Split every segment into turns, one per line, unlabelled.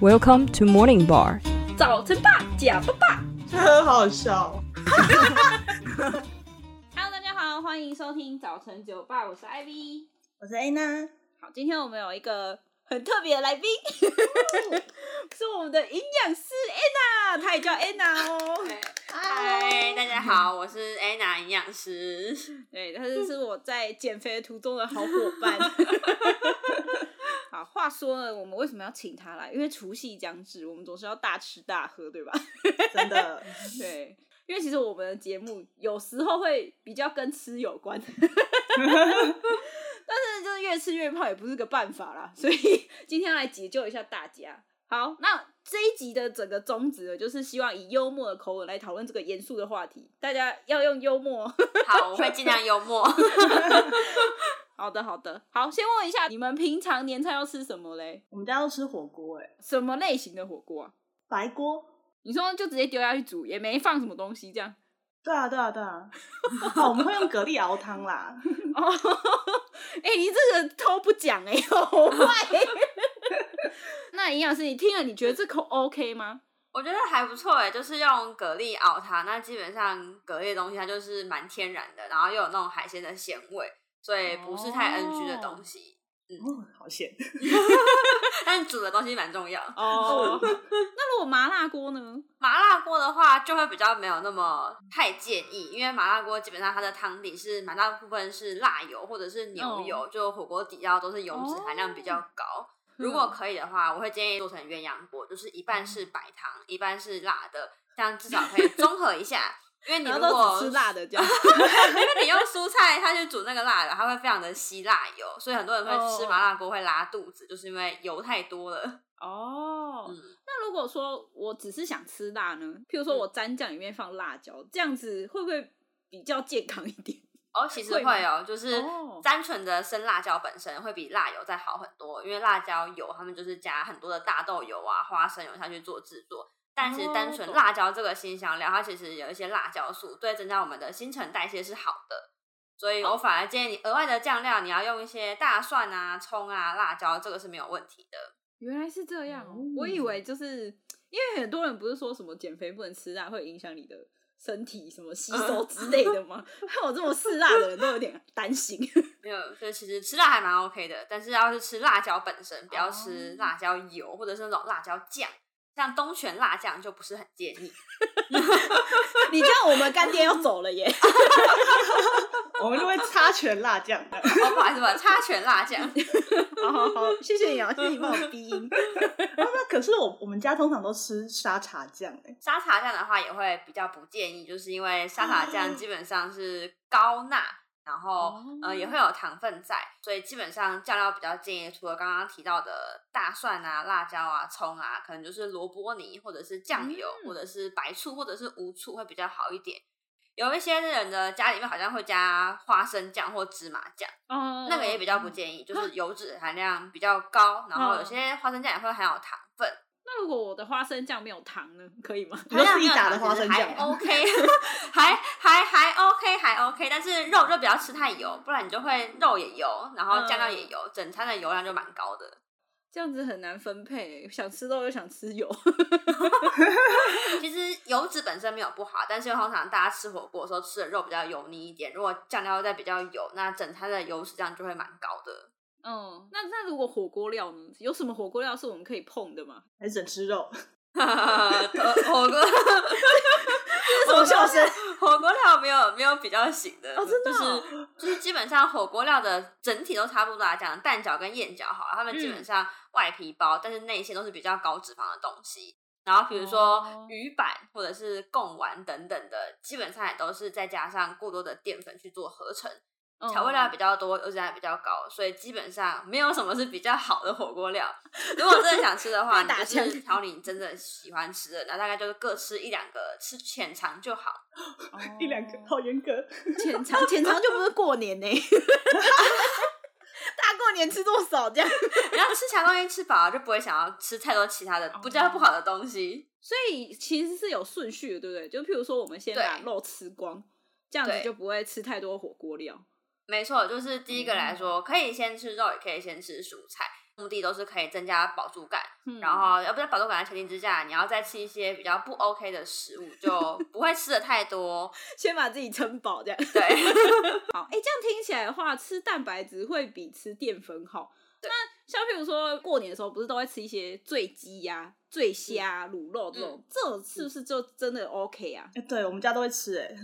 Welcome to Morning Bar。
早晨吧，假爸爸。
很好笑。
Hello，大家好，欢迎收听早晨酒吧，我是 IV。
我哎是 A 娜，
好，今天我们有一个很特别的来宾，哦 是我们的营养师 Anna，她也叫 Anna 哦。
嗨，大家好，我是 Anna 营养师。
对，她是是我在减肥途中的好伙 伴。好，话说呢，我们为什么要请她来？因为除夕将至，我们总是要大吃大喝，对吧？
真的，
对，因为其实我们的节目有时候会比较跟吃有关，但是就是越吃越胖也不是个办法啦，所以 今天要来解救一下大家。好，那这一集的整个宗旨呢，就是希望以幽默的口吻来讨论这个严肃的话题，大家要用幽默。哦
好，我会尽量幽默。
好的，好的，好，先问一下你们平常年菜要吃什么嘞？
我们家要吃火锅哎、
什么类型的火锅啊？
白锅。
你说就直接丢下去煮，也没放什么东西这样。
对啊，对啊，对啊。 哦，我们会用蛤蜊熬汤啦。
哦， 哎、你这个偷不讲哎、好坏、 那营养师，你听了你觉得这口 OK 吗？
我觉得还不错哎，就是用蛤蜊熬它，那基本上蛤蜊的东西它就是蛮天然的，然后又有那种海鲜的咸味，所以不是太 NG 的东西。
哦，好咸。
但煮的东西蛮重要。
哦， 那如果麻辣锅呢？
麻辣锅的话，就会比较没有那么太建议，因为麻辣锅基本上它的汤底是蛮大部分是辣油或者是牛油，
哦
就火锅底料都是油脂含量比较高。
嗯
如果可以的话，我会建议做成鸳鸯锅，就是一半是白汤，一半是辣的，这样至少可以综合 一下。因为你
然
如
后都
果
只吃辣的这 样。
因为你用蔬菜，它去煮那个辣的，它会非常的吸辣油，所以很多人会吃麻辣锅会拉肚子，就是因为油太多了。
哦，
嗯
那如果说我只是想吃辣呢？譬如说我蘸酱里面放辣椒，这样子会不会比较健康一点？
哦，其实
会吗
会哦，就是
哦
单纯的生辣椒本身会比辣油再好很多，因为辣椒油他们就是加很多的大豆油啊、花生油下去做制作。但其实单纯
哦懂
辣椒这个新香料，它其实有一些辣椒素，对增加我们的新陈代谢是好的。所以
哦
我反而建议你额外的酱料，你要用一些大蒜啊、葱啊、辣椒，这个是没有问题的。
原来是这样哦、
哦
我以为就是因为很多人不是说什么减肥不能吃辣会影响你的身体什么吸收之类的吗？害我这么嗜辣的人都有点担心。
没有，就其实吃辣还蛮 OK 的，但是要是吃辣椒本身，不要
哦
吃辣椒油或者是那种辣椒酱，像东泉辣酱就不是很建议。
你这样我们干爹要走了耶！
我们就会擦全辣酱。
哦，不好意思，不好意思叉拳辣酱。
好好好，谢谢你啊，谢谢你帮我逼音。
那可是我我们家通常都吃沙茶酱哎、
沙茶酱的话也会比较不建议，就是因为沙茶酱基本上是高钠，然后
哦
呃也会有糖分在，所以基本上酱料比较建议，除了刚刚提到的大蒜啊、辣椒啊、葱啊，可能就是萝卜泥或者是酱油，或者是白醋或者是无醋会比较好一点。有一些人的家里面好像会加花生酱或芝麻酱，
哦
那个也比较不建议，就是油脂含量比较高，然后有些花生酱也会含有糖分。
那如果我的花生酱没有糖呢，可以吗？
你说自己打的花生酱啊
还 OK，还 还还 OK，还 OK，但是肉就不要吃太油，不然你就会肉也油，然
嗯
后酱料也油，整餐的油量就蛮高的。
这样子很难分配，欸想吃肉又想吃油。
其实油脂本身没有不好，但是通常大家吃火锅的时候吃的肉比较油腻一点，如果酱料再比较油，那整餐的油脂量就会蛮高 的。
嗯，那那如果火锅料呢？有什么火锅料是我们可以碰的吗？
还是整吃肉？
火锅
这是 什么笑声？
火锅料没有没有比较行的
哦真的哦
就是就是基本上火锅料的整体都差不多来讲，蛋饺跟燕饺好了，它们基本上外皮包，但是内馅都是比较高脂肪的东西。然后比如
嗯哦
说鱼板或者是贡丸等等的，基本上也都是再加上过多的淀粉去做合成，
嗯
调味料比较多，油脂量比较高，所以基本上没有什么是比较好的火锅料。 如果真的想吃的话，
被
你
打
就
枪
是挑你真的喜欢吃的，那大概就是各吃一两个，吃浅尝就好。
嗯
一两
哦
个，好严格。
浅尝，浅尝就不是过年呢、 大过年吃多少这样？
你要吃其他东西吃饱了，就不会想要吃太多其他的
哦
不叫不好的东西。
所以其实是有顺序的，对不对？就譬如说，我们先把
对
肉吃光，这样子
对
就不会吃太多火锅料。嗯
没错，就是第一个来说，可以先吃肉，也可以先吃蔬菜。目的都是可以增加饱足感，
嗯
然后要不在饱足感的前提之下，你要再吃一些比较不 OK 的食物，就不会吃的太多。
先把自己撑饱这样。
对，
好，哎、这样听起来的话，吃蛋白质会比吃淀粉好。那像譬如说过年的时候，不是都会吃一些醉鸡呀、醉虾、卤肉这种，这种是不是就真的 OK 啊？
哎对我们家都会吃哎、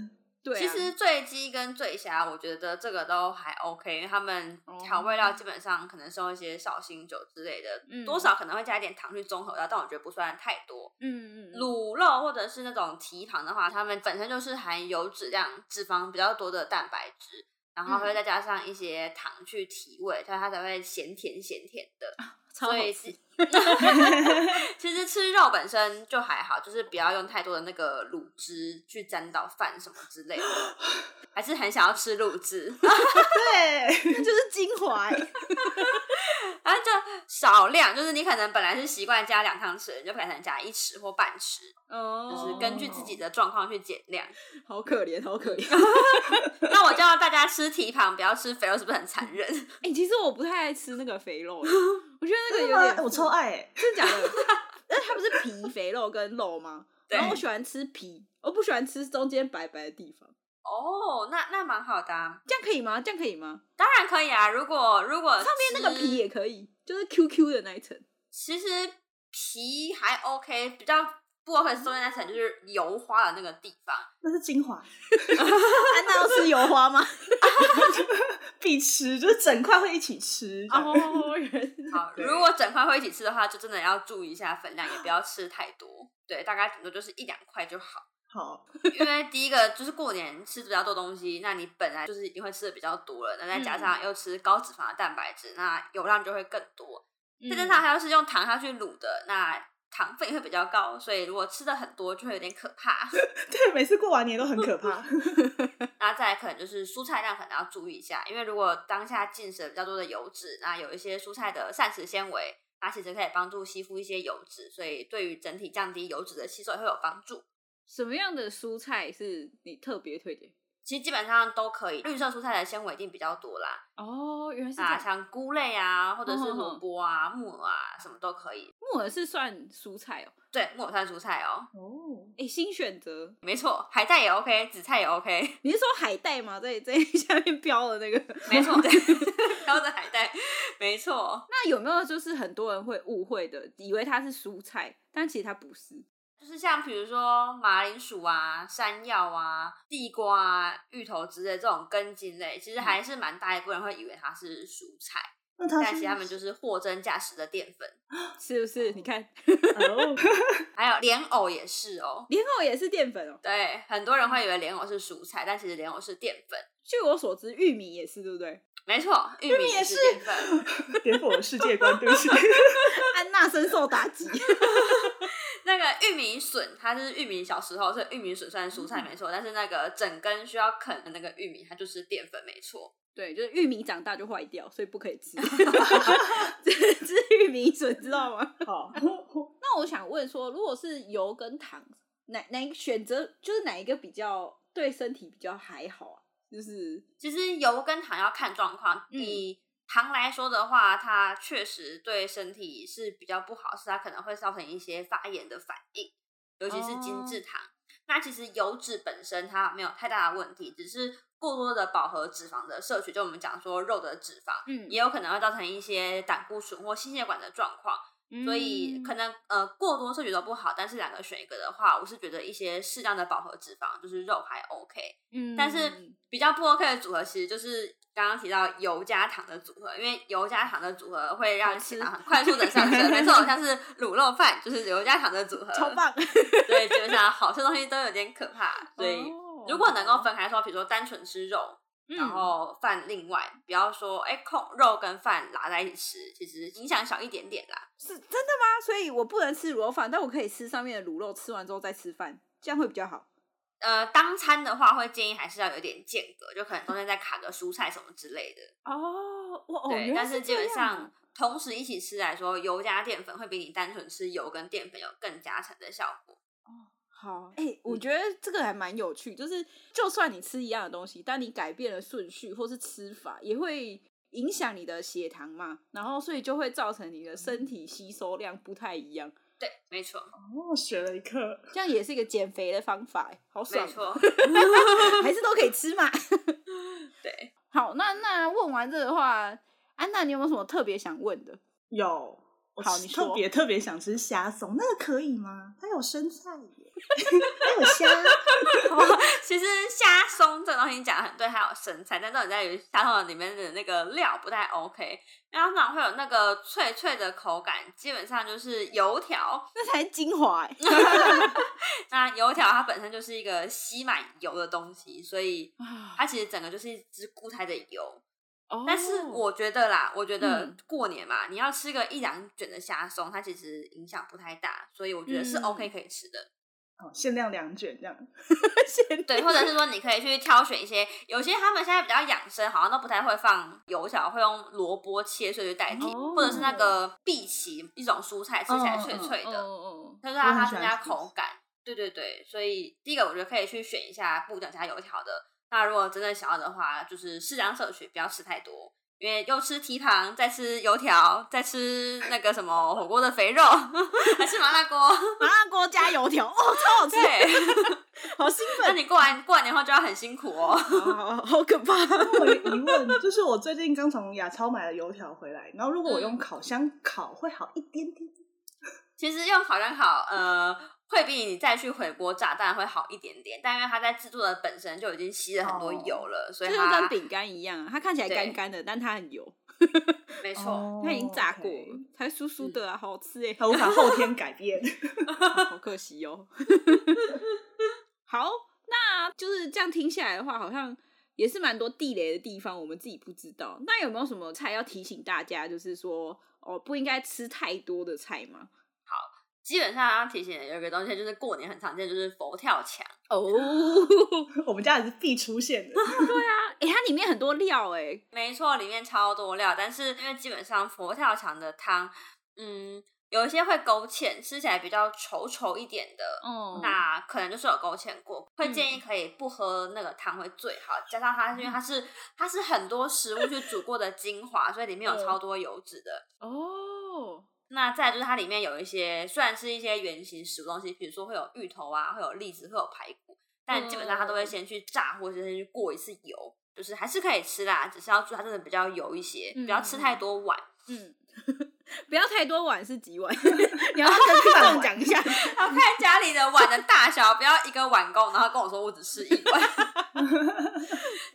对啊
其实醉鸡跟醉虾，我觉得这个都还 OK，因为他们
哦
调味料基本上可能是用一些绍兴酒之类的，
嗯
多少可能会加一点糖去综合掉，但我觉得不算太多。
嗯嗯嗯，
卤肉或者是那种蹄膀的话，它们本身就是含油脂量、脂肪比较多的蛋白质，然后会再加上一些糖去提味，所以它才会咸甜咸甜的。
超
所
好
以
吃
是。 其实吃肉本身就还好，就是不要用太多的那个卤汁去沾到饭什么之类的，还是很想要吃卤汁，
对，
那就是精华欸、
然后就少量，就是你可能本来是习惯加两汤匙，你就可能加一匙或半匙，就
哦，
是根据自己的状况去减量。
好可怜，好可怜。
那我叫大家吃蹄膀，不要吃肥肉，是不是很残 忍？
哎、其实我不太爱吃那个肥肉 欸，我觉得那个有点
哎我超爱哎、
真的假 的？那它不是皮肥肉跟肉吗？
对
然后我喜欢吃皮，我不喜欢吃中间白白的地方。
哦，那那蛮好的、啊，
这样可以吗？这样可以吗？
当然可以啊。如果如果上
面那个皮也可以，就是 QQ 的那一层。
其实皮还 OK，比较不 OK 是中间那层，就是油花的那个地 方。
那是精华，
安啊娜要吃油花吗？
必吃，就是整块会一起吃。哦，
哦， 原来
好，
对
如果整块会一起吃的话，就真的要注意一下分量，也不要吃太多。对，大概顶多就是一两块就好。
好，
因为第一个就是过年吃比较多东西，那你本来就是已经会吃的比较多了，那再加
嗯
上又吃高脂肪的蛋白质，那油量就会更多。
嗯
再加上它又是用糖下去卤的，那糖分也会比较高，所以如果吃的很多就会有点可 怕。
对，每次过完年都很可怕。
那再来可能就是蔬菜量可能要注意一下，因为如果当下进食比较多的油脂，那有一些蔬菜的膳食纤维，它其实可以帮助吸附一些油脂，所以对于整体降低油脂的吸收也会有帮助。
什么样的蔬菜是你特别推荐？
其实基本上都可以，绿色蔬菜的纤维一定比较多啦，
哦，原来是这
啊，
样。
像菇类啊，或者是
嗯嗯嗯
萝卜啊、木耳啊，什么都可以。
木耳是算蔬菜哦，
对，木耳算蔬菜哦，
哦，
哎，新选择。
没错，海带也 OK，紫菜也 OK，
你是说海带吗？在在下面 标的那个？
没错， 对，然后的海带，没错。
那有没有就是很多人会误会的，以为它是蔬菜，但其实它不是。
就是像比如说马铃薯啊、山药啊、地瓜、啊、芋头之类这种根茎类，其实还是蛮大一部分人会以为它是蔬菜，
那它
但
是
其实它们哦就是货真价实的淀粉。
是不是？你看，
哦，
还有莲藕也是哦，
莲藕也是淀粉哦。
对，很多人会以为莲藕是蔬菜，但其实莲藕是淀粉。
据我所知，玉米也是，对不对？
没错，玉米也是淀粉。
颠覆我的世界观，对不起。
安娜深受打击。
那个玉米笋，它是玉米小时候，所以玉米笋算是蔬菜没错，但是那个整根需要啃的那个玉米，它就是淀粉没错。
对，就是玉米长大就坏掉，所以不可以吃。只吃玉米笋，知道吗？
好，
那我想问说，如果是油跟糖，哪哪一个选择就是哪一个比较对身体比较还好啊？就是
其实油跟糖要看状况。
嗯
以糖来说的话，它确实对身体是比较不好，是它可能会造成一些发炎的反应，尤其是精
哦
制糖。那其实油脂本身它没有太大的问题，只是过多的饱和脂肪的摄取，就我们讲说肉的脂肪，
嗯
也有可能会造成一些胆固醇或心血管的状况。
嗯
所以可能呃过多摄取都不好，但是两个选一个的话，我是觉得一些适量的饱和脂肪，就是肉还 OK。
嗯
但是比较不 OK 的组合，其实就是刚刚提到油加糖的组合，因为油加糖的组合会让
好
血
吃
糖很快速的 上升。没错，像是卤肉饭就是油加糖的组合，
超。棒。
对，基本上好吃的东西都有点可怕，所以
哦
如果能够，分开说，比如说单纯吃肉，
嗯
然后饭另外，不要说哎控肉跟饭拉在一起吃，其实影响小一点点啦。
是真的吗？所以我不能吃卤肉饭，但我可以吃上面的卤肉，吃完之后再吃饭，这样会比较好。
呃，当餐的话会建议还是要有点间隔，就可能中间再卡个蔬菜什么之类的。
哦，我哦，
对，
原来
但是基
这
本
样
上同时一起吃来说，油加淀粉会比你单纯吃油跟淀粉有更加成的效果。
好，哎、我
嗯
觉得这个还蛮有趣，就是就算你吃一样的东西，但你改变了顺序或是吃法，也会影响你的血糖嘛，然后所以就会造成你的身体吸收量不太一样，
对，没错，
哦，学了一课，
这样也是一个减肥的方法，欸好
没
爽，
错，
还是都可以吃嘛。
对。
好，那那问完这个的话，安娜，你有没有什么特别想问的？
有。我
好你说
特别特别想吃虾松，那个可以吗？它有生 菜耶，还有虾，
其实虾松这个东西讲的很对，还有生菜，但重点在于虾松里面的那个料不太 OK，然后呢会有那个脆脆的口感，基本上就是油条，
那才精华、欸，
那油条它本身就是一个吸满油的东西，所以它其实整个就是一只固态的油。 但是我觉得啦，我觉得
哦嗯
过年嘛，你要吃个一两卷的虾松，它其实影响不太大，所以我觉得是
嗯
OK 可以吃的。
哦限量两卷这样。
现
对，或者是说你可以去挑选一些，有些他们现在比较养生，好像都不太会放油条，会用萝卜切碎去代替，
哦嗯
或者是那个碧琪一种蔬菜，吃起来脆脆的。
哦
就是
我很
让它
喜
增
欢
加
吃
口感。对对对，所以第一个我觉得可以去选一下不等加油条的。那如果真的想要的话，就是适当摄取，不要吃太多，因为又吃蹄膀，再吃油条，再吃那个什么火锅的肥肉，还吃麻辣锅。
麻辣锅加油条，哦，超好吃，
对，
好兴
那
奋，
你过完过完年后就要很辛苦哦。
好好好可怕。
我有疑问，就是我最近刚从亚超买了油条回来，然后如果
嗯
我用烤箱烤会好一点点。
其实用烤箱烤，呃，会比你再去回锅炸弹会好一点点，但因为它在制作的本身就已经吸了很多
哦
油了，所
这
以
就
它
跟饼干一样啊，它看起来
对
干干的，但它很油，
没错。
哦
它已经炸过了
OK，
才酥酥的啊，好好吃哎、
它无法后天改变。
好可惜哦。好，那就是这样听下来的话，好像也是蛮多地雷的地方，我们自己不知道。那有没有什么菜要提醒大家，就是说哦，不应该吃太多的菜吗？
基本上要提醒的有一个东西，就是过年很常见，就是佛跳墙。
哦，
我们家也是必出现的，
哎、它里面很多料哎、
没错，里面超多料，但是因为基本上佛跳墙的汤，嗯，有一些会勾芡，吃起来比较稠稠一点的。
哦
那可能就是有勾芡过，会建议可以不喝那个汤会最好。加上它，因为它是它是很多食物去煮过的精华，所以里面有超多油脂的。
哦，
那再来就是它里面有一些，虽然是一些原型食物东西，比如说会有芋头啊，会有栗子，会有排骨，但基本上它都会先去炸或者是先去过一次油，就是还是可以吃啦，只是要注意它真的比较油一些，
嗯
不要吃太多碗。
嗯。不要太多碗是几碗， 你要不要跟 听众讲一下。
然后看家里的碗的大小，不要一个碗够，然后跟我说我只吃一碗。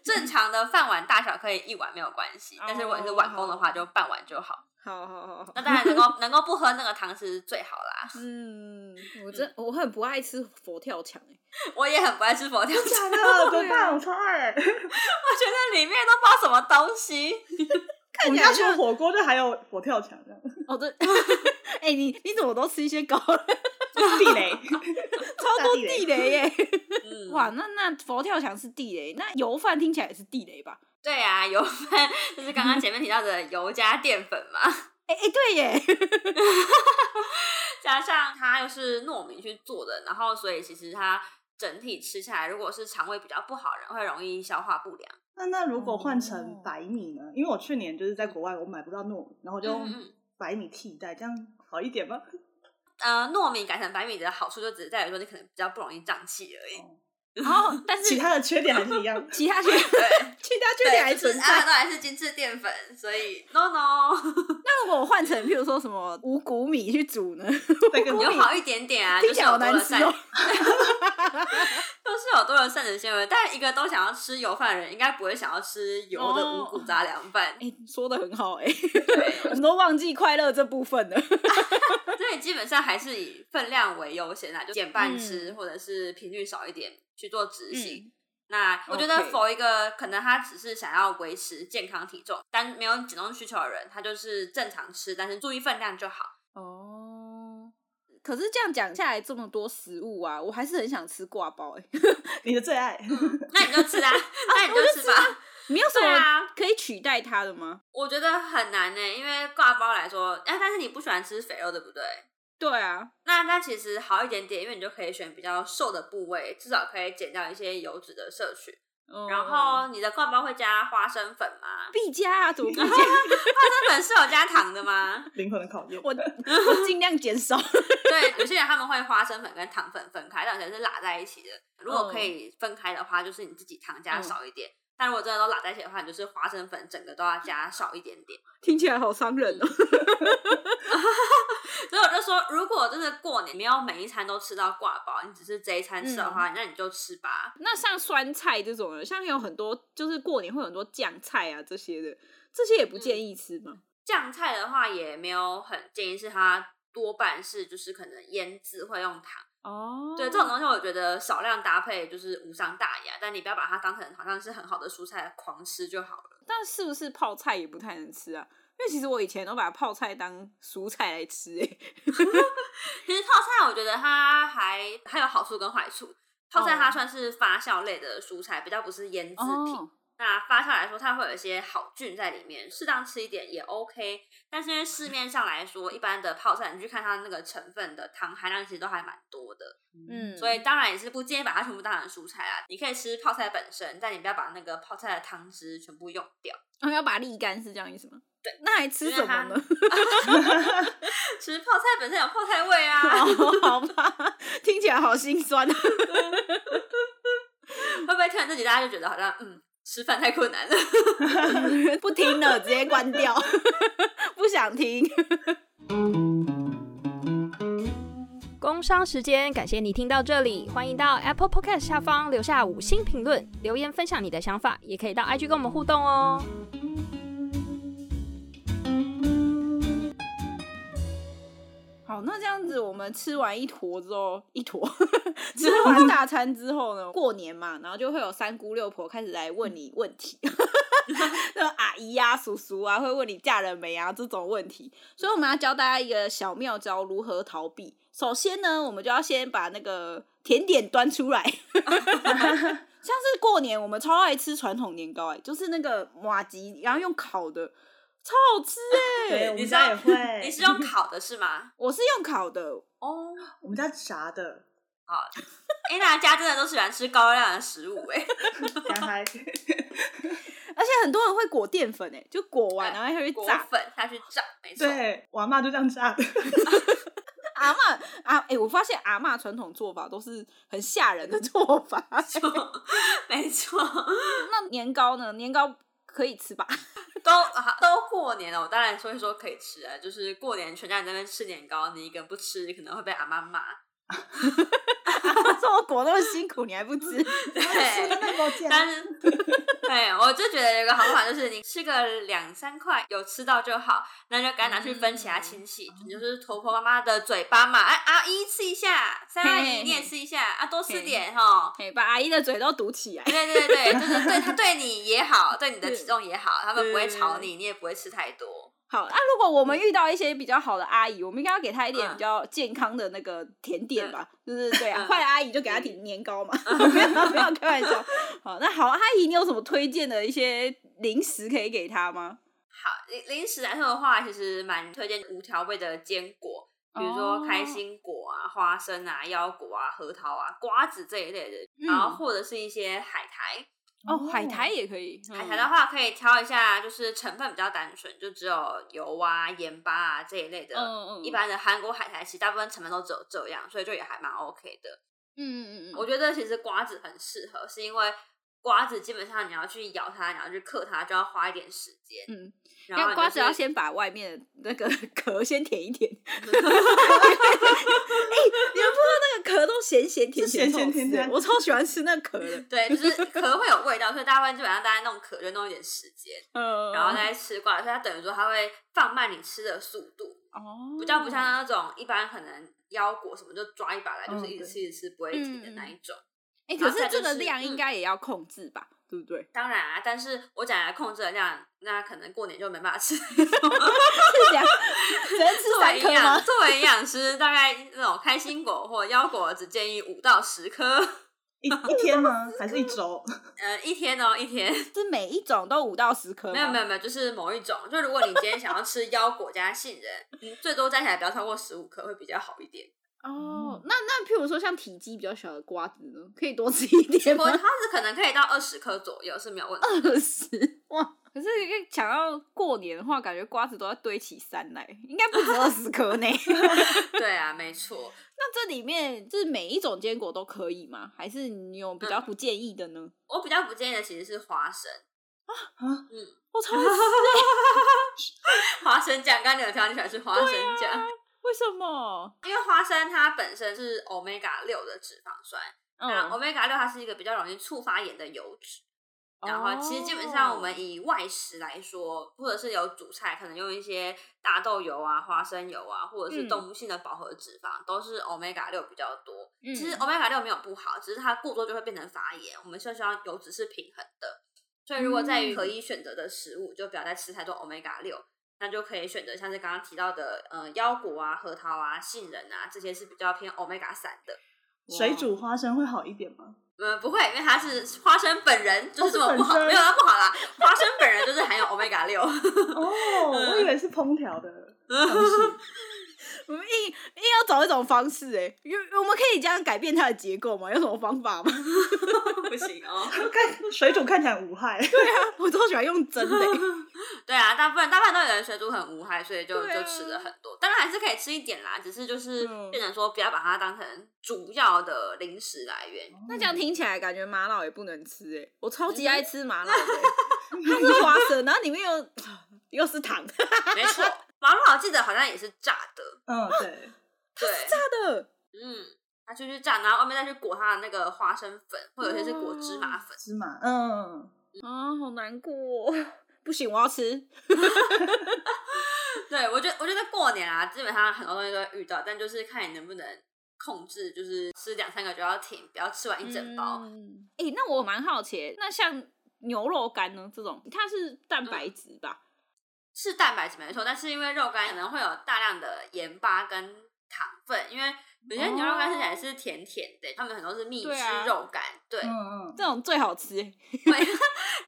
正常的饭碗大小可以一碗没有关系，但是如果你是碗公的话，就半碗就好。
好好好好，
那当然能够能够不喝那个汤是最好啦。
嗯，我真我很不爱吃佛跳墙哎、
我也很不爱吃佛跳
假。
墙
的，怎么
啊
办？我超爱。
我觉得里面都不知道什么东西。
我
看
们
起
家
来
除
就
了火锅，就还有佛跳墙 这样，
哦对，哎、你你怎么都吃一些高了，
地 雷，
超多
大
地雷耶、
嗯，
哇，那那佛跳墙是地雷，那油饭听起来也是地雷吧？
对啊，油饭就是刚刚前面提到的油加淀粉嘛，
哎、哎、对耶，
加上它又是糯米去做的，然后所以其实它整体吃下来，如果是肠胃比较不好的人，会容易消化不良。
那那如果换
哦
成白米呢？因为我去年就是在国外，我买不到糯米，然后我就
嗯
用
嗯
白米替代，这样好一点吗？
呃，糯米改成白米的好处就只是在于说，你可能比较不容易胀气 而已。
然后但是。
其他的缺点还是一样
其他缺
对，
其他缺点还
对就是
存
啊，
在。
都还是精致淀粉，所以 no no，
那如果我换成譬如说什么五谷米去煮 呢？
再跟
你有好一点点啊，就
听起
是
来好
有多
难
了
吃
膳
哦。
都是有多的膳食纤维，但一个都想要吃油饭的人，应该不会想要吃油的五谷杂粮饭。
哎、说的很好哎、
对，
我们都忘记快乐这部分了。
所以基本上还是以分量为优先啦，就减半吃、或者是频率少一点去做执
嗯
行。那我觉得
OK
否一个可能他只是想要维持健康体重，但没有减重需求的人，他就是正常吃，但是注意分量就好。
哦，可是这样讲下来这么多食物啊，我还是很想吃挂包哎、
你的最爱，？
那你就吃 啊，那你就吃啊吧。
没有什
对
么
啊，
可以取代它的吗？
我觉得很难呢、因为挂包来说，哎、但是你不喜欢吃肥肉，对不对？
对啊，
那那其实好一点点，因为你就可以选比较瘦的部位，至少可以减掉一些油脂的摄取。
嗯
然后你的灌包会加花生粉吗？
必加啊，怎么不加？
花生粉是有加糖的吗
灵魂的考验。
我我尽量减少。
对，有些人他们会花生粉跟糖粉分开，但有些人是拉在一起的。如果可以分开的话，就是你自己糖加少一点。但如果真的都拉在一起的话，你就是花生粉整个都要加少一点点。
听起来好伤人哦。
所以我就说，如果真的过年没有每一餐都吃到挂包，你只是这一餐吃的话，那你就吃吧。
那像酸菜这种的，像有很多就是过年会有很多酱菜啊这些的，这些也不建议吃嘛。
酱菜的话也没有很建议，是它多半是就是可能腌制会用糖。
哦
对这种东西，我觉得少量搭配就是无伤大雅，但你不要把它当成好像是很好的蔬菜狂吃就好了。
但是不是泡菜也不太能吃啊？因为其实我以前都把泡菜当蔬菜来吃、欸，
其实泡菜，我觉得它还还有好处跟坏处。泡菜它算是发酵类的蔬菜，比较不是腌制 品。
哦
那发酵来说，它会有一些好菌在里面，适当吃一点也 OK。但是因为市面上来说，一般的泡菜，你去看它那个成分的糖含量，其实都还蛮多的。
嗯
所以当然也是不建议把它全部当成蔬菜啦。你可以吃泡菜本身，但你不要把那个泡菜的汤汁全部用掉。
哦要把它沥干是这样意思吗？对，那还吃什么呢？
吃泡菜本身有泡菜味啊，
哦，好吧，听起来好心酸啊。
会不会听完这集大家就觉得好像嗯吃饭太困难了？
不听了，直接关掉， 不想听。
工商时间，感谢你听到这里，欢迎到 Apple Podcast 下方留下五星评论，留言分享你的想法，也可以到 IG 跟我们互动哦。
好，那这样子，我们吃完一坨之后，一坨吃完大餐之后呢，过年嘛，然后就会有三姑六婆开始来问你问题， 那种阿姨呀、叔叔啊，会问你嫁人没啊这种问题。所以我们要教大家一个小妙招，如何逃避。首先呢，我们就要先把那个甜点端出来， 像是过年我们超爱吃传统年糕、欸，哎，就是那个马吉，然后用烤的，超好吃哎、
对，我
你
们
知
家
道
也 会。
你是用烤的是吗？
我是用烤的，
哦，
我们家 炸的，
哎，大家真的都喜欢吃高热量的食物 哎、
刚开
而且很多人会裹淀粉诶、欸就裹完然后还会
裹
炸。
粉下去炸，没错。
对，我妈就这样炸的。
阿嬷啊，诶、我发现阿嬷传统做法都是很吓人 的做法。
没错，
那年糕呢？年糕可以 吃吧？
都啊都过年了，我当然说一说可以吃啊。就是过年全家人在那边吃年糕，你一个人不吃，可能会被阿妈骂。
说我裹那么辛苦，你还不 吃？
对，
那么
啊
简
但是，对，我就觉得有个好法就是，你吃个两三块，有吃到就好，那就赶快拿去分
嗯
其他亲戚，你就是婆婆妈妈的嘴巴嘛，哎，阿姨吃一下，三阿
嘿嘿
姨你也吃一下，啊，多
嘿
吃点哈。
诶、把阿姨的嘴都堵起来。
对对对，就是对他对你也好，对你的体重也好，他们不会吵
对
你，你也不会吃太多。
好，那、啊如果我们遇到一些比较好的阿姨，我们应该要给她一点
嗯
比较健康的那个甜点吧，就是对啊，
嗯
坏的阿姨就给她点年糕嘛， 没有啦没有开玩笑。好，那好阿姨，你有什么推荐的一些零食可以给她吗？
零零食来说的话，其实蛮推荐无调味的坚果，比如
哦
说开心果啊、花生啊、腰果啊、核桃啊、瓜子这一类的，
嗯
然后或者是一些海苔。
哦，海苔也可以，
海
嗯
苔的话，可以挑一下，就是成分比较单纯，就只有油啊、盐巴啊这一类的。
嗯嗯
一般的韩国海苔其实大部分成分都只有这样，所以就也还蛮 OK 的。
嗯嗯嗯，
我觉得其实瓜子很适合，是因为瓜子基本上你要去咬它，你要去嗑它，就要花一点时间。
嗯，
然后
要
你
瓜
就
子要
是
先把外面的那个 壳先舔一 舔。哎、你们不知道那个壳都咸咸甜
是咸
超好
咸甜
吃
甜
的我超喜欢吃那壳的。
对，就是壳会有味道，所以大部分基本上大家弄壳就弄一点时间，
嗯，
然后再吃瓜子，所以它等于说它会放慢你吃的速度。
哦，
比较不像那种一般可能腰果什么就抓一把来，
嗯
就是一直吃一直吃不会停的那一种。
哎、可
然后
是
再
这
就
个
是
量应
嗯
该也要控制吧，对不对？
当然啊，但是我讲来控制的量，那可能过年就没办 法吃。
是 这样， 只能吃
作为
三颗
营养，
吗？
作为营养师，大概那种开心果或腰果只建议五到十颗，
一一天吗？还是一周？
呃，一天哦，一天。
是每一种都五到十颗吗？
没有没有没有，就是某一种。就如嗯果你今天想要吃腰果加杏仁，你最多加起来不要超过十五颗会比较好一点。
哦，那那譬如说像体积比较小的瓜子呢，可以多吃一点吗
我？它是可能可以到二十颗左右是没有问题。
二十哇！可是因为想要过年的话，感觉瓜子都要堆起山来，应该不止二十颗呢。
对啊，没错。
那这里面就是每一种坚果都可以吗？还是你有比较
嗯
不建议的 呢？
我比较不建议的其实是花生，
我超爱吃
花生酱。刚刚你有提到你喜欢吃花生酱，
为什么？
因为花生它本身是 omega 六的脂肪酸，那
嗯，
omega 六它是一个比较容易触发炎的油脂。
哦
然后其实基本上我们以外食来说，或者是有主菜，可能用一些大豆油啊、花生油啊，或者是
嗯
动物性的饱和脂肪，都是 omega 六比较多。
其
嗯
其实 omega 六没有不好，只是它过多就会变成发炎。我们是希望油脂是平衡的，所以如果在于
嗯
可以选择的食物，就不要再吃太多 omega 六，那就可以选择像是刚刚提到的呃腰果啊、核桃啊、杏仁啊，这些是比较偏 omega 三的。
水煮花生会好一点吗？
嗯，不会，因为它是花生本人，就是这么
哦是本
不好，
身
没有它不好啦。花生本人就是含有 omega 六，
哦，我以为是烹调的方
嗯
式。
我们硬硬要找一种方式哎、因为我们可以这样改变它的结构吗？有什么方法吗？
不行哦。
看水煮看起来无害，对，
我都喜欢用蒸的欸、
对啊，大部分大部分都有人水煮很无害，所以就、
对啊
就吃了很多。当然还是可以吃一点啦，只是就是
嗯
变成说不要把它当成主要的零食来源。
那这样听起来感觉玛瑙也不能吃哎、我超级爱吃玛瑙的
嗯
欸、 它是花生，然后里面又 又是糖， 真
没错，马路好记得好像也是炸的，
嗯，对，
对，
的
嗯，它就是炸，然后外面再去裹它的那个花生粉，或者是裹芝麻粉。
芝麻，嗯，
啊，好难过、哦。 不行，我要吃。哦
对我觉得我觉得过年啊，基本上很多东西都会遇到，但就是看你能不能控制，就是吃两三个就要停，不要吃完一整包。
嗯哎、那我蛮好奇欸，那像牛肉干呢？这种它是蛋白质吧？
是蛋白质没错，但是因为肉干可能会有大量的盐巴跟糖分，因为有些牛肉干吃起来是甜甜的，他们很多是蜜
对啊
汁肉干，对，
嗯嗯，
这种最好吃欸。
会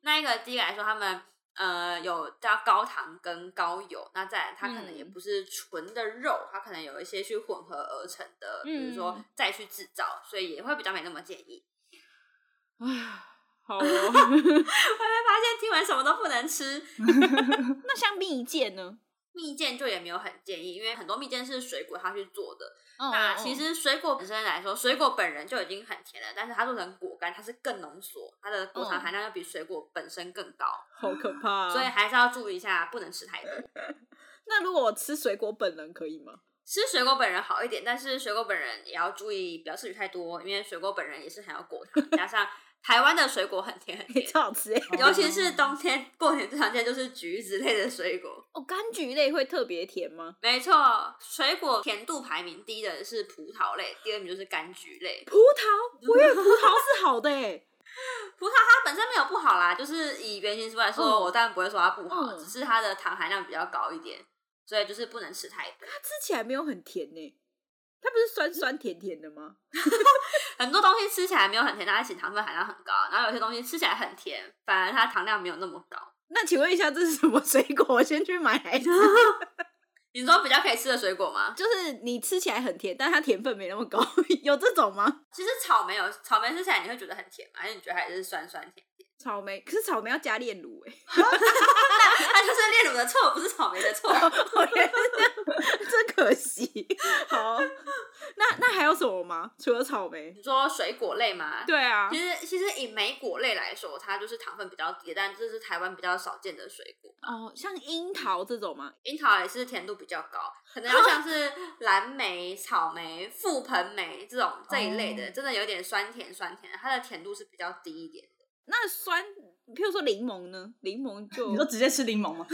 那一个第一个来说，他们呃有加高糖跟高油，那再来它可能也
嗯
不是纯的肉，它可能有一些去混合而成的，比如说
嗯
再去制造，所以也会比较没那么建议。
唉好 哦，
会不会发现听完什么都不能吃？
那像蜜饯呢？
蜜饯就也没有很建议，因为很多蜜饯是水果它去做的。那
那
其实水果本身来说，水果本人就已经很甜了，但是它做成果干，它是更浓缩，它的果糖
嗯
含量要比水果本身更高，
好可怕啊、
所以还是要注意一下，不能吃太多。
那如果我吃水果本人可以吗？
吃水果本人好一点，但是水果本人也要注意，不要摄取太多，因为水果本人也是含有果糖，加上台湾的水果很甜很
欸
甜，
超好吃哎、
尤其是冬天过年最常见就是橘子类的水果。
哦，柑橘类会特别甜吗？
没错，水果甜度排名第一的是葡萄类，第二名就是柑橘类。
葡萄，我以为葡萄是好的哎、
葡萄它本身没有不好啦，就是以原型书来说，
嗯
我当然不会说它不好，
嗯
只是它的糖含量比较高一点，所以就是不能吃太多。
它吃起来没有很甜呢、它不是酸酸甜甜的吗？
很多东西吃起来没有很甜，但是其实糖分含量很高，然后有些东西吃起来很甜，反而它糖量没有那么高。
那请问一下，这是什么水果？我先去买来吃。
你说比较可以吃的水果 吗？
就是你吃起来很甜，但它甜分没那么高，有这种吗？
其实草莓有，草莓吃起来你会觉得很甜嘛，还是你觉得还是酸酸甜？
草莓，可是草莓要加炼乳哎、
它就是炼乳的错，不是草莓的 错。
我觉得 这样真可惜。好，那那还有什么吗？除了草莓？
你说水果类吗？
对啊，
其实其实以莓果类来说，它就是糖分比较低，但这是台湾比较少见的水果。
哦，像樱桃这种吗？
樱桃也是甜度比较高，可能要像 是蓝莓、草莓、覆盆莓这种这一类的，
哦
真的有点酸甜酸甜的，它的甜度是比较低一点的。
那酸，譬如说柠檬呢？柠檬就
你说直接吃柠檬吗？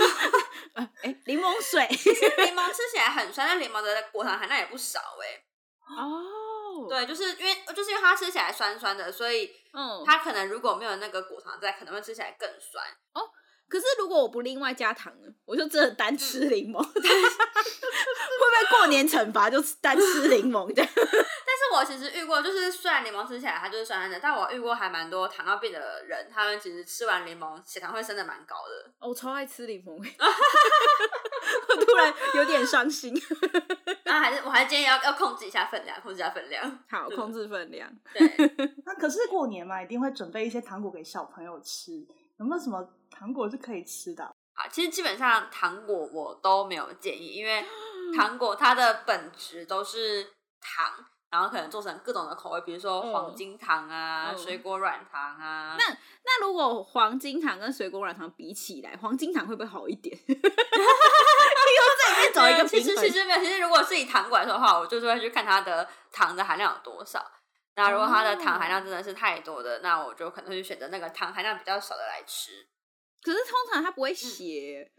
哎，柠檬水
柠檬吃起来很酸，但柠檬的果糖含量也不少哎、
哦，，
对，就是因为就是因为它吃起来酸酸的，所以
嗯，
它可能如果没有那个果糖在，可能会吃起来更酸。
可是如果我不另外加糖呢，我就真的单吃柠檬，会不会过年惩罚就单吃柠檬这样？
但是我其实遇过，就是虽然柠檬吃起来它就是酸酸的，但我遇过还蛮多糖尿病的人，他们其实吃完柠檬血糖会升的蛮高的。
哦我超爱吃柠檬，我突然有点伤心。
那那还是我还建议要要控制一下分量，控制一下分量。
好，控制分量。
对，
那可是过年嘛，一定会准备一些糖果给小朋友吃，有没有什么糖果是可以吃的啊？
啊，其实基本上糖果我都没有建议，因为糖果它的本质都是糖，然后可能做成各种的口味，比如说
嗯
黄金糖啊、
嗯
水果软糖啊。
那那如果黄金糖跟水果软糖比起来，黄金糖会不会好一点？ 你又在里面找一个
啊其
平
实
衡
其。实没有，其实如果是以糖果来说的话，我就是会去看它的糖的含量有多少。那如果它的糖含
哦
量真的是太多的，那我就可能会去选择那个糖含量比较少的来吃。
可是通常它不会写，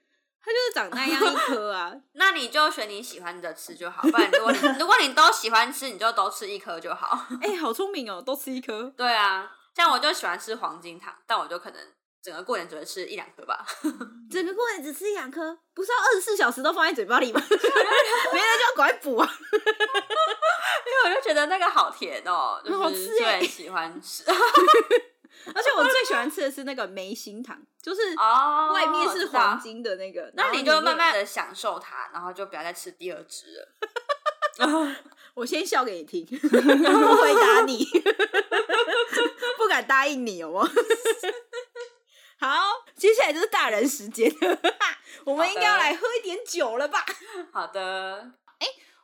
它就是长那样一颗 啊。
那你就选你喜欢的吃就好，不然如果你 如果你都喜欢吃，你就都吃一颗就好。
哎、好聪明哦，都吃一颗。
对啊，像我就喜欢吃黄金糖，但我就可能整个过年只会吃一两颗吧。
整个过年只吃一两颗，不是要二十四小时都放在嘴巴里吗？ 没了就要赶快补啊！
因为我就觉得那个好甜哦，就
好
是
吃耶
最喜欢吃
而且我最喜欢吃的是那个梅心糖，就是
哦，
外面是
我知道
黄，金的那个，
那
然后
你就
里面
慢慢的享受它，然后就不要再吃第二只了。
我先笑给你听， 不回答你， 不敢答应你，有吗？ 好，接下来就是大人时间，我们应该要来喝一点酒了吧？
好的，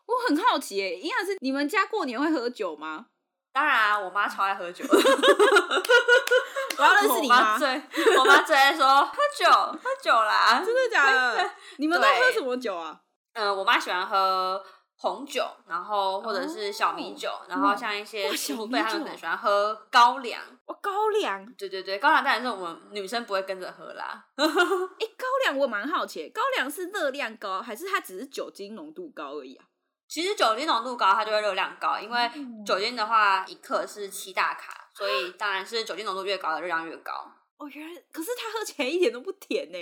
我很好奇耶，营养师，你们家过年会喝酒吗？
当然啊、我妈超爱喝酒，
我要认识你
我
吗？
妈最我妈最爱说喝酒喝酒啦。
真的假的？你们都
对
喝什么酒啊？
嗯，我妈喜欢喝红酒，然后或者是小米酒，然后像一些
哇
师
小
傅
米
辈他们
酒
可能喜欢喝高粱。
我高粱，
对对对，高粱当然是我们女生不会跟着喝啦。
哎、高粱我蛮好奇，高粱是热量高，还是它只是酒精浓度高而已啊？
其实酒精浓度高，它就会热量高，因为
嗯
酒精的话一克是七大卡，所以当然是酒精浓度越高的热量越高。
哦，原来，可是它喝起来一点都不甜呢、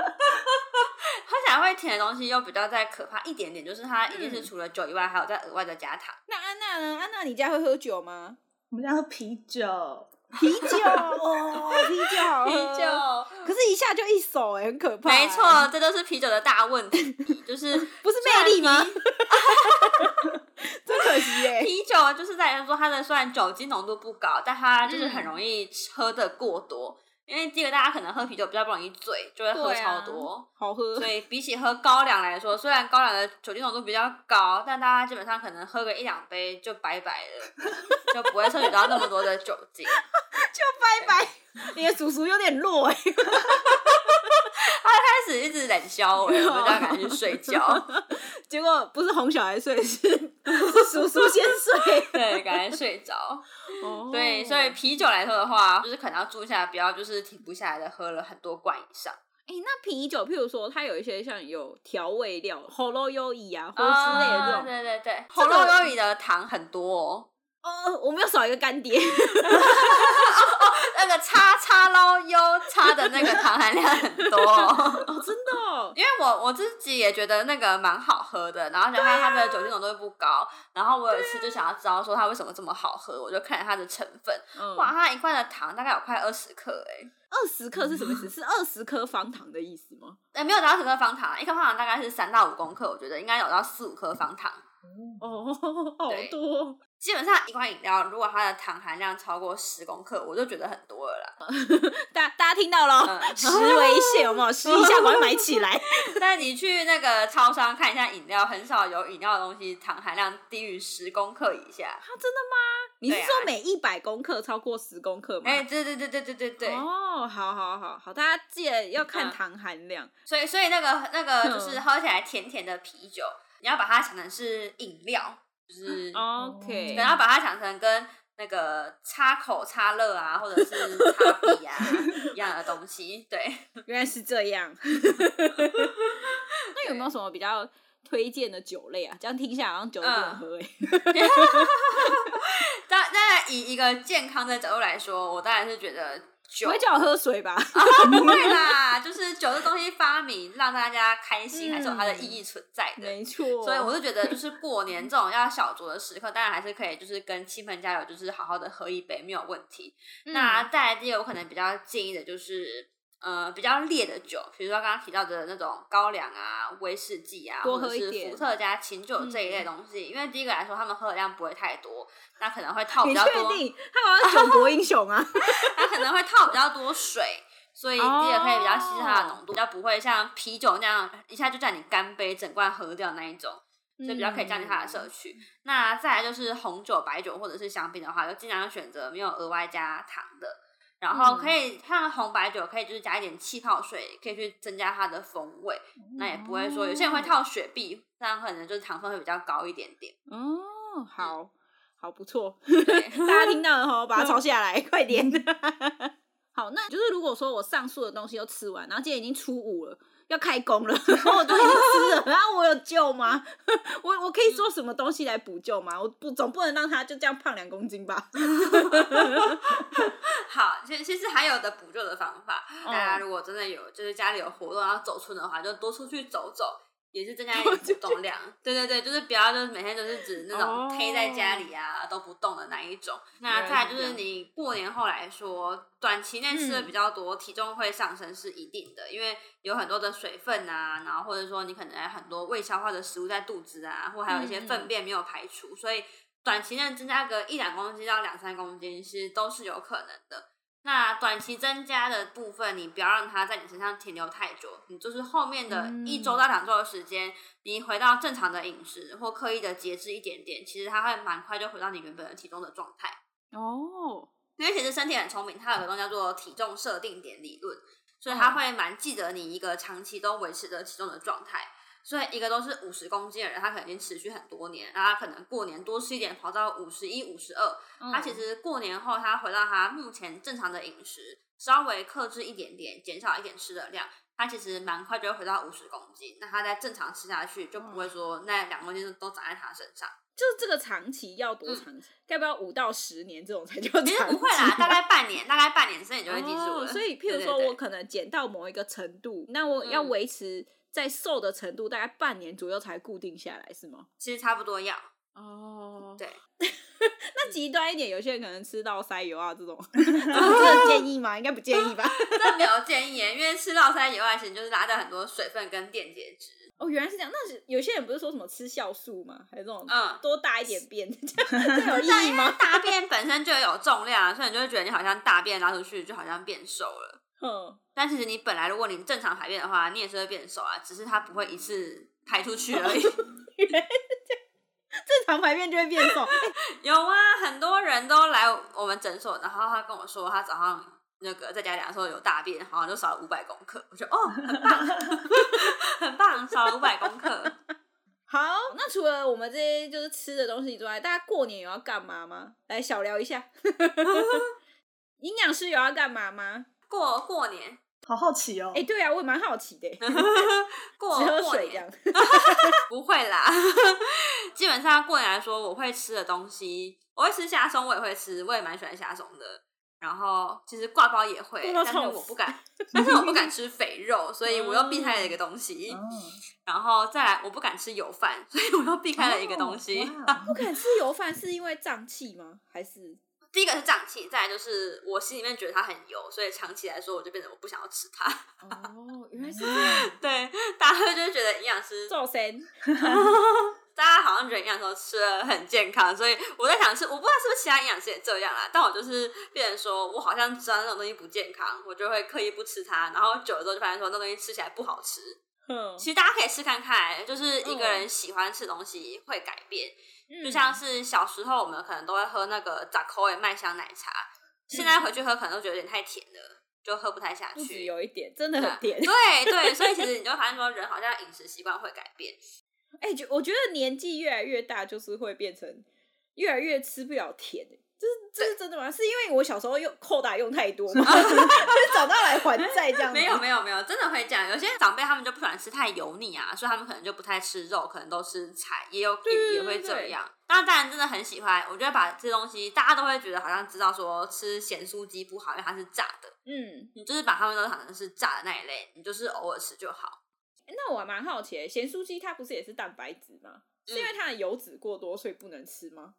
喝起来会甜的东西又比较再可怕一点点，就是它一定是
嗯
除了酒以外，还有再额外的加糖。
那安娜呢？安娜，你家会喝酒吗？
我们家喝啤酒，
啤 酒哦，啤酒 好喝，可是一下就一手哎、很可怕、
没错，，这就是啤酒的大问题，就是
不是 魅力吗？真可惜哎、
啤酒就是在于说它的虽然酒精浓度不高，但它就是
嗯
很容易喝的过多。因为第一个大家可能喝啤酒比较不容易醉，就会喝
对啊
超多。
好 喝
所以比起喝高粱来说，虽然高粱的酒精浓度比较高，但大家基本上可能喝个一两杯就拜拜 了，就不会摄取到那么多的酒 精。
拜拜。你的叔叔有点弱哎、
开始一直冷消我，我就要赶紧去睡觉，
结果不是哄小孩睡， 是是叔叔先 睡。
对，赶紧睡着。
哦
对，所以啤酒来说的话，就是可能要注意一下，不要就是停不下来的喝了很多罐以上。
哎、那啤酒，譬如说，它有一些像有调味料，喉咙优怡啊，或之类的这
啊
种。
对对对，红肉优里的糖很多哦，
哦，我们又少一个干爹，
那个叉叉捞优叉的那个糖含量很多哦、
哦，真的、 哦。
因为我我自己也觉得那个蛮好喝的，然后
啊
加上它的酒精浓度又不高，然后我有一次就想要知道说它为什么这么好喝，我就看了它的成分，
嗯
哇，，它一罐的糖大概有快二十克哎、
二十克是什么意思？是二十颗方糖的意思吗？
哎，没有达到十颗方糖啊，一颗方糖大概是三到五公克，我觉得应该有到四五颗方糖。
哦，好多哦。
基本上一罐饮料，如果它的糖含量超过十公克，我就觉得很多了啦。
大大家听到了哦，
嗯
十为一线，有没有？十一 下，赶快买起来。
但你去那个超商看一下饮料，很少有饮料的东西糖含量低于十公克以下。
啊，真的吗？你是
对啊
说每一百公克超过十公克吗？
哎、对对对对对对对，
哦，好好好好，大家记得要看
嗯
糖含量。
所以所以那个那个
嗯
就是喝起来甜甜的啤酒，你要把它想成是饮料，就是可
嗯 OK，
能要把它想成跟那个插口插乐啊，或者是插笔啊一样的东西。对，
原来是这 样。那有没有什么比较推荐的酒类啊？这样听下来好像酒都不
嗯
能喝哎、
当当然以一个健康的角度来说，我当然是觉得
不
酒啊
会叫我喝水吧？
不会啦，就是酒这东西发明让大家开心，还是有它的意义存在的。
嗯没错，
所以我 就觉得，就是过年这种要小酌的时刻，当然还是可以，就是跟亲朋加友，
嗯
就是好好的喝一杯没有问题。那再来第二个，我可能比较建议的就是呃比较烈的酒，比如说刚刚提到的那种高粱啊、威士忌啊，
多
或
喝
者是
一点嗯
伏特加、琴酒这一类东西。因为第一个来说，他们喝的量不会太多，那可能会套 比
你
较
确
多，
定他好像九国英雄啊？
它可能会套比较多水，所以第一个可以比较稀释它的
哦
浓度，比较不会像啤酒那样一下就叫你干杯整罐喝掉那一种，所以比较可以降低它的摄取。那再来就是红酒、白酒或者是香槟的话，就尽量选择没有额外加糖的。然后可以像红白酒，可以就是加一点气泡水，可以去增加它的风味。那也不会说有些人会套雪碧，这样可能就是糖分会比较高一点点。
哦，好好不错， 嗯
对，
大家听到了哈，把它抄下来，快 点。好，那就是如果说我上述的东西都吃完，然后今天已经初五了，要开工 了，然后我都已经吃了，然后我有救吗？ 我我可以做什么东西来补救吗？我不总不能让他就这样胖两公斤吧？
好，其其实还有的补救的方法，
哦
大家如果真的有就是家里有活动要走村的话，就多出去走走，也是增加一点活动量。对对对，就是不要就是每天都是指那种
哦
贴在家里啊、都不动的那一种。那
原来
再来
是这
就是
样嗯
你过年后来说，短期内吃的比较多，体重会上升是一定的，因为有很多的水分啊，然后或者说你可能还有很多未消化的食物在肚子啊，或还有一些
嗯嗯
粪便没有排除，所以短期内增加个一两公斤到两三公斤是都是有可能的。那短期增加的部分，你不要让它在你身上停留太久，你就是后面的一
嗯
周到两周的时间，你回到正常的饮食或刻意的节制一点点，其实它会蛮快就回到你原本的体重的状态。
哦，
因为其实身体很聪明，它有个东西叫做体重设定点理论，所以它
嗯
会蛮记得你一个长期都维持着体重的状态。所以一个都是五十公斤的人，他可能已经持续很多年，然后他可能过年多吃一点，跑到五十一、五十二，
嗯
他其实过年后，他回到他目前正常的饮食，稍微克制一点点，减少一点吃的量，他其实蛮快就会回到五十公斤。那他再正常吃下去，就不会说那两公斤都长在他身上。
就是这个长期要多长期？该不要五到十年这种才叫长
其
期
实
吧？
不会啦，大概半年，大概半年之内你就会记住了。
哦。所以，譬如
对
说
对对
我可能减到某一个程度，那我要
嗯
维持在瘦的程度，大概半年左右才固定下来，是吗？
其实差不多要。
哦，
对。
那极端一点，有些人可能吃到塞油啊这种， 这这建议吗？应该不建议吧？
这没有建议耶，因为吃到三以外，其实就是拉掉很多水分跟电解质。
哦，原来是这样。那是有些人不是说什么吃酵素吗？还是这种
嗯
多大一点 便， 这样这有意义吗？
大便本身就有重量啊，所以你就会觉得你好像大便拉出去就好像变瘦了。
嗯，
但其实你本来如果你正常排便的话，你也是会变瘦啊，只是它不会一次排出去而已。
正常排便就会变瘦。
有啊，很多人都来我们诊所，然后他跟我说他早上那个在家里的时候有大便，好像就少了五百公克。我觉得哦，很棒， 很棒，少了五百公克。
好，那除了我们这些就是吃的东西之外，大家过年有要干嘛吗？来小聊一 下。 营养师有要干嘛吗？
过过年，
好好奇哦
哎、。对啊，我也蛮好奇的欸，
过
只喝
过欸
水
年
这样。
不会啦， 基本上过年来说，我会吃的东西，我会吃虾松，我也会吃，我也蛮喜欢虾松的。然后其实挂包也会，
挂包
但是
超好
我不敢， 但是我不敢吃肥肉，所以我又避开了一个东西。
嗯
然后再来，我不敢吃油饭，所以我又避开了一个东西。
哦哇
不敢吃油饭是因为胀气吗？还是
第一个是胀气，再来就是我心里面觉得它很油，所以长期来说，我就变得我不想要吃它。
哦，原来是这 样。
对，大家就觉得营养师
瘦身，
大家好像觉得营养师都吃的很健康，所以我在想是，我不知道是不是其他营养师也这样啦，但我就是变成说我好像知道那种东西不健康，我就会刻意不吃它，然后久了之后就发现说那东西吃起来不好吃。
嗯
其实大家可以试看看，就是一个人喜欢吃的东西会改变，
嗯
就像是小时候我们可能都会喝那个扎口味麦香奶茶，
嗯
现在回去喝可能都觉得有点太甜了，就喝不太下
不止嗯
去。
有一点，真的很甜。
对啊对，所以其实你就会发现说，人好像饮食习惯会改变。
哎、就我觉得年纪越来越大，就是会变成越来越吃不了甜、欸。这是这是真的吗？是因为我小时候用扣打用太多吗？就是长大来还债这样吗？
没有没有没有，真的会这样。有些长辈他们就不喜欢吃太油腻啊，所以他们可能就不太吃肉，可能都吃菜，也有
对对
也也
对
会这
对
样。那当然真的很喜欢，我觉得把这东西大家都会觉得好像知道说吃咸酥鸡不好，因为它是炸的，
嗯，
你就是把它们都想成是炸的那一类，你就是偶尔吃就好。
欸那我还蛮好奇
嗯
的，咸酥鸡它不是也是蛋白质吗？是因为它的油脂过多，所以不能吃吗？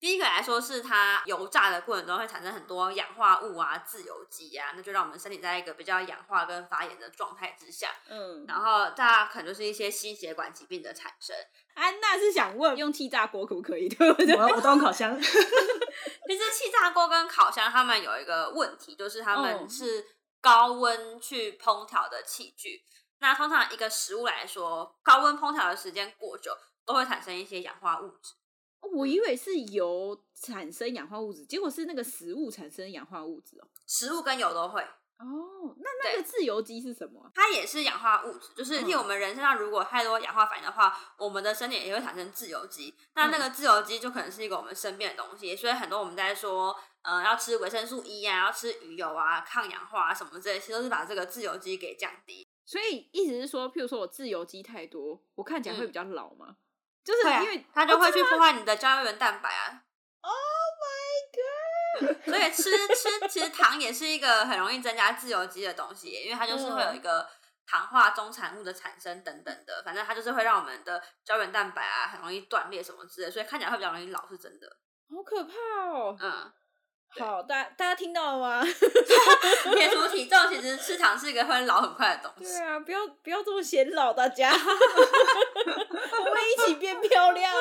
第一个来说是它油炸的过程中会产生很多氧化物啊、自由基啊，那就让我们身体在一个比较氧化跟发炎的状态之下，
嗯，
然后大家可能就是一些心血管疾病的产生。
安娜啊是想问，用气炸锅可不可以？ 对不对？
我我动烤箱，
其实气炸锅跟烤箱他们有一个问题，就是他
哦
们是高温去烹调的器具。那通常一个食物来说，高温烹调的时间过久，都会产生一些氧化物质。
哦我以为是油产生氧化物质，结果是那个食物产生氧化物质哦。
食物跟油都会，
哦，那那个自由基是什么啊？
它也是氧化物质，就是
嗯
例如我们人身上如果太多氧化反应的话，我们的身体也会产生自由基。那那个自由基就可能是一个我们身边的东西，所以很多我们在说，呃，要吃维生素 E 啊，要吃鱼油啊，抗氧化啊什么这些，其实都是把这个自由基给降低。
所以意思是说，譬如说我自由基太多，我看起来会
嗯
比较老吗？就是
对啊
因为
它就
哦
会
真
去
的
破坏你的胶原蛋白啊。所以吃吃其实糖也是一个很容易增加自由基的东西，因为它就是会有一个糖化中产物的产生等等的，反正它就是会让我们的胶原蛋白啊很容易断裂什么之类，所以看起来会比较容易老，是真的。
好可怕哦！
嗯，对
好，大大家听到了 吗？
撇除体重，其实吃糖是一个会老很快的东
对
西。
啊，不要不要这么显老，大 家，我们一起变漂亮。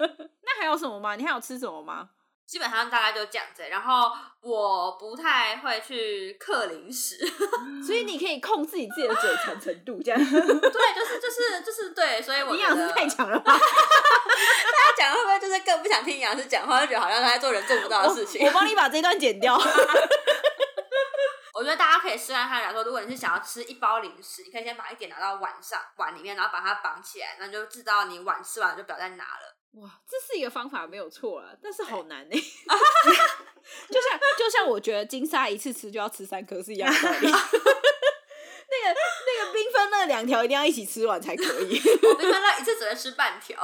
那还有什么吗？你还有吃什么吗？
基本上大概就这样子、然后我不太会去克零食。
所以你可以控制你自己的嘴馋程度，这样
对，就是就是就是对，所以我
营
觉
养师
得
太强了吧？
他讲会不会就是更不想听营养师讲话，就觉得好像他在做人做不到的事情
哦我？帮你把这段剪掉。
我觉得大家可以试看看，然后如果你是想要吃一包零食，你可以先把一点拿到碗上碗里面，然后把它绑起来，那就知道你碗吃完就不要再拿了。
哇，这是一个方法没有错啦，但是好难欸呢、 就像就像我觉得金沙一次吃就要吃三颗是一样的道 理。那个那个缤纷那两条一定要一起吃完才可 以，
我冰箱那一次只能吃半条，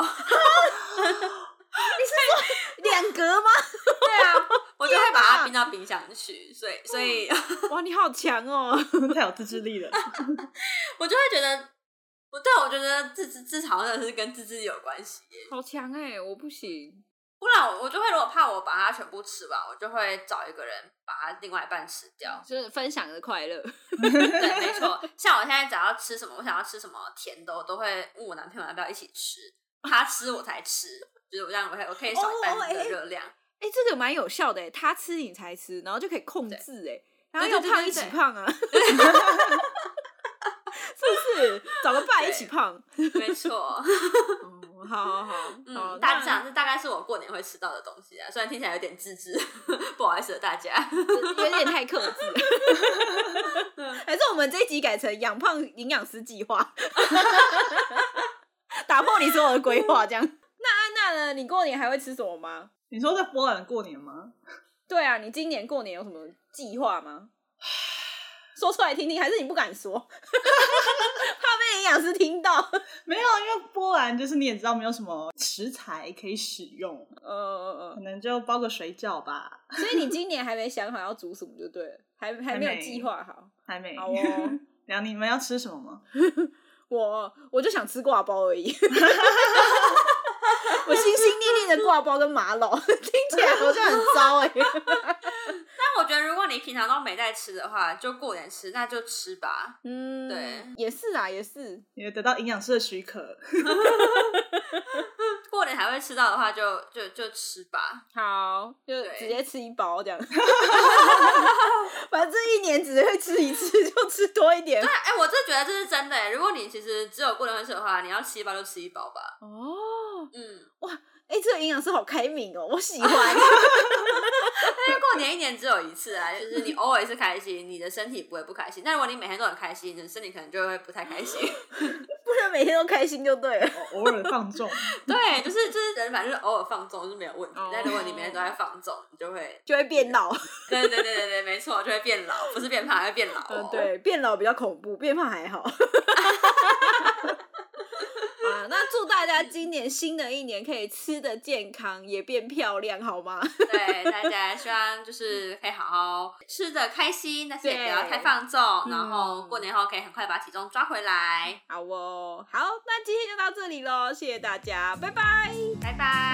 两格吗？
对啊，我就会把它冰到冰箱去，所以所以
哇，你好强哦！
太有自制力了。
我就会觉得，我对我觉得自自自嘲真的是跟自制力有关系耶。
好强哎、我不行。
不然我我就会，如果怕我把它全部吃完，我就会找一个人把它另外一半吃掉。
就是分享的快乐，
对，没错。像我现在只要吃什么，我想要吃什么甜的，我都会问我男朋友要不要一起吃，他吃我才吃，就是我让我可以我可以
哦
少一半的热 量。
哎、这个蛮有效的、欸，他吃你才吃，然后就可以控制哎、然后
对
又
对对
胖
对
一起
对
胖啊，是不是？找个伴一起胖，
没错，
嗯，好好好，好
嗯，大
哦那
致上这大概是我过年会吃到的东西啊，虽然听起来有点自制，不好意思大家。
有点太克制了。 还是我们这一集改成养胖营养师计划， 打破你所有的规划，这样。那安娜呢？你过年还会吃什么吗？
你说在波兰过年吗？
对啊，你今年过年有什么计划吗？说出来听听，还是你不敢 说，怕被营养师听到。
没有，因为波兰就是你也知道，没有什么食材可以使用，
嗯嗯
可能就包个水饺吧，
嗯，所以你今年还没想好要煮什么就对了，还还没
还
有
没
计划好。
还没。
好哦
梁，你们要吃什么吗？
我我就想吃挂包而已。 我心心念念的挂包跟马老， 听起来好像很糟 哎、
但我觉得如果你平常都没在吃的话，就过年吃那就吃吧。
嗯，
对，
也是啊，也是。
也得到营养师的许可。
过年还会吃到的话就就就吃吧。
好，就
对
直接吃一包这样。 反正一年只会吃一次，就吃多一点
对。啊，哎、我真的觉得这是真的、欸。如果你其实只有过年会吃的话，你要吃一包就吃一包吧。
哦，
嗯，
哎、这个营养师好开明哦，我喜欢。
因为过年一年只有一次 啊，就是你偶尔是开心，你的身体不会不开心。但如果你每天都很开心，你的身体可能就会不太开 心。
不能每天都开心就对了。
偶偶尔放 纵，
对，就是就是人反正就是偶尔放纵是没有问题
哦，
但如果你每天都在放纵，你就会
就会变老，
对对对对对，没错，就会变老，不是变胖，会变老、
嗯
哦。，
对，变老比较恐怖，变胖还 好。啊，那祝大家今年新的一年可以吃的健康，也变漂亮，好吗？
对，大家希望就是可以好好吃的开心，但是也不要
对
太放纵，
嗯
然后过年后可以很快把体重抓回来。
好哦，好，那今天就到这里喽，谢谢大家，拜拜。
拜拜。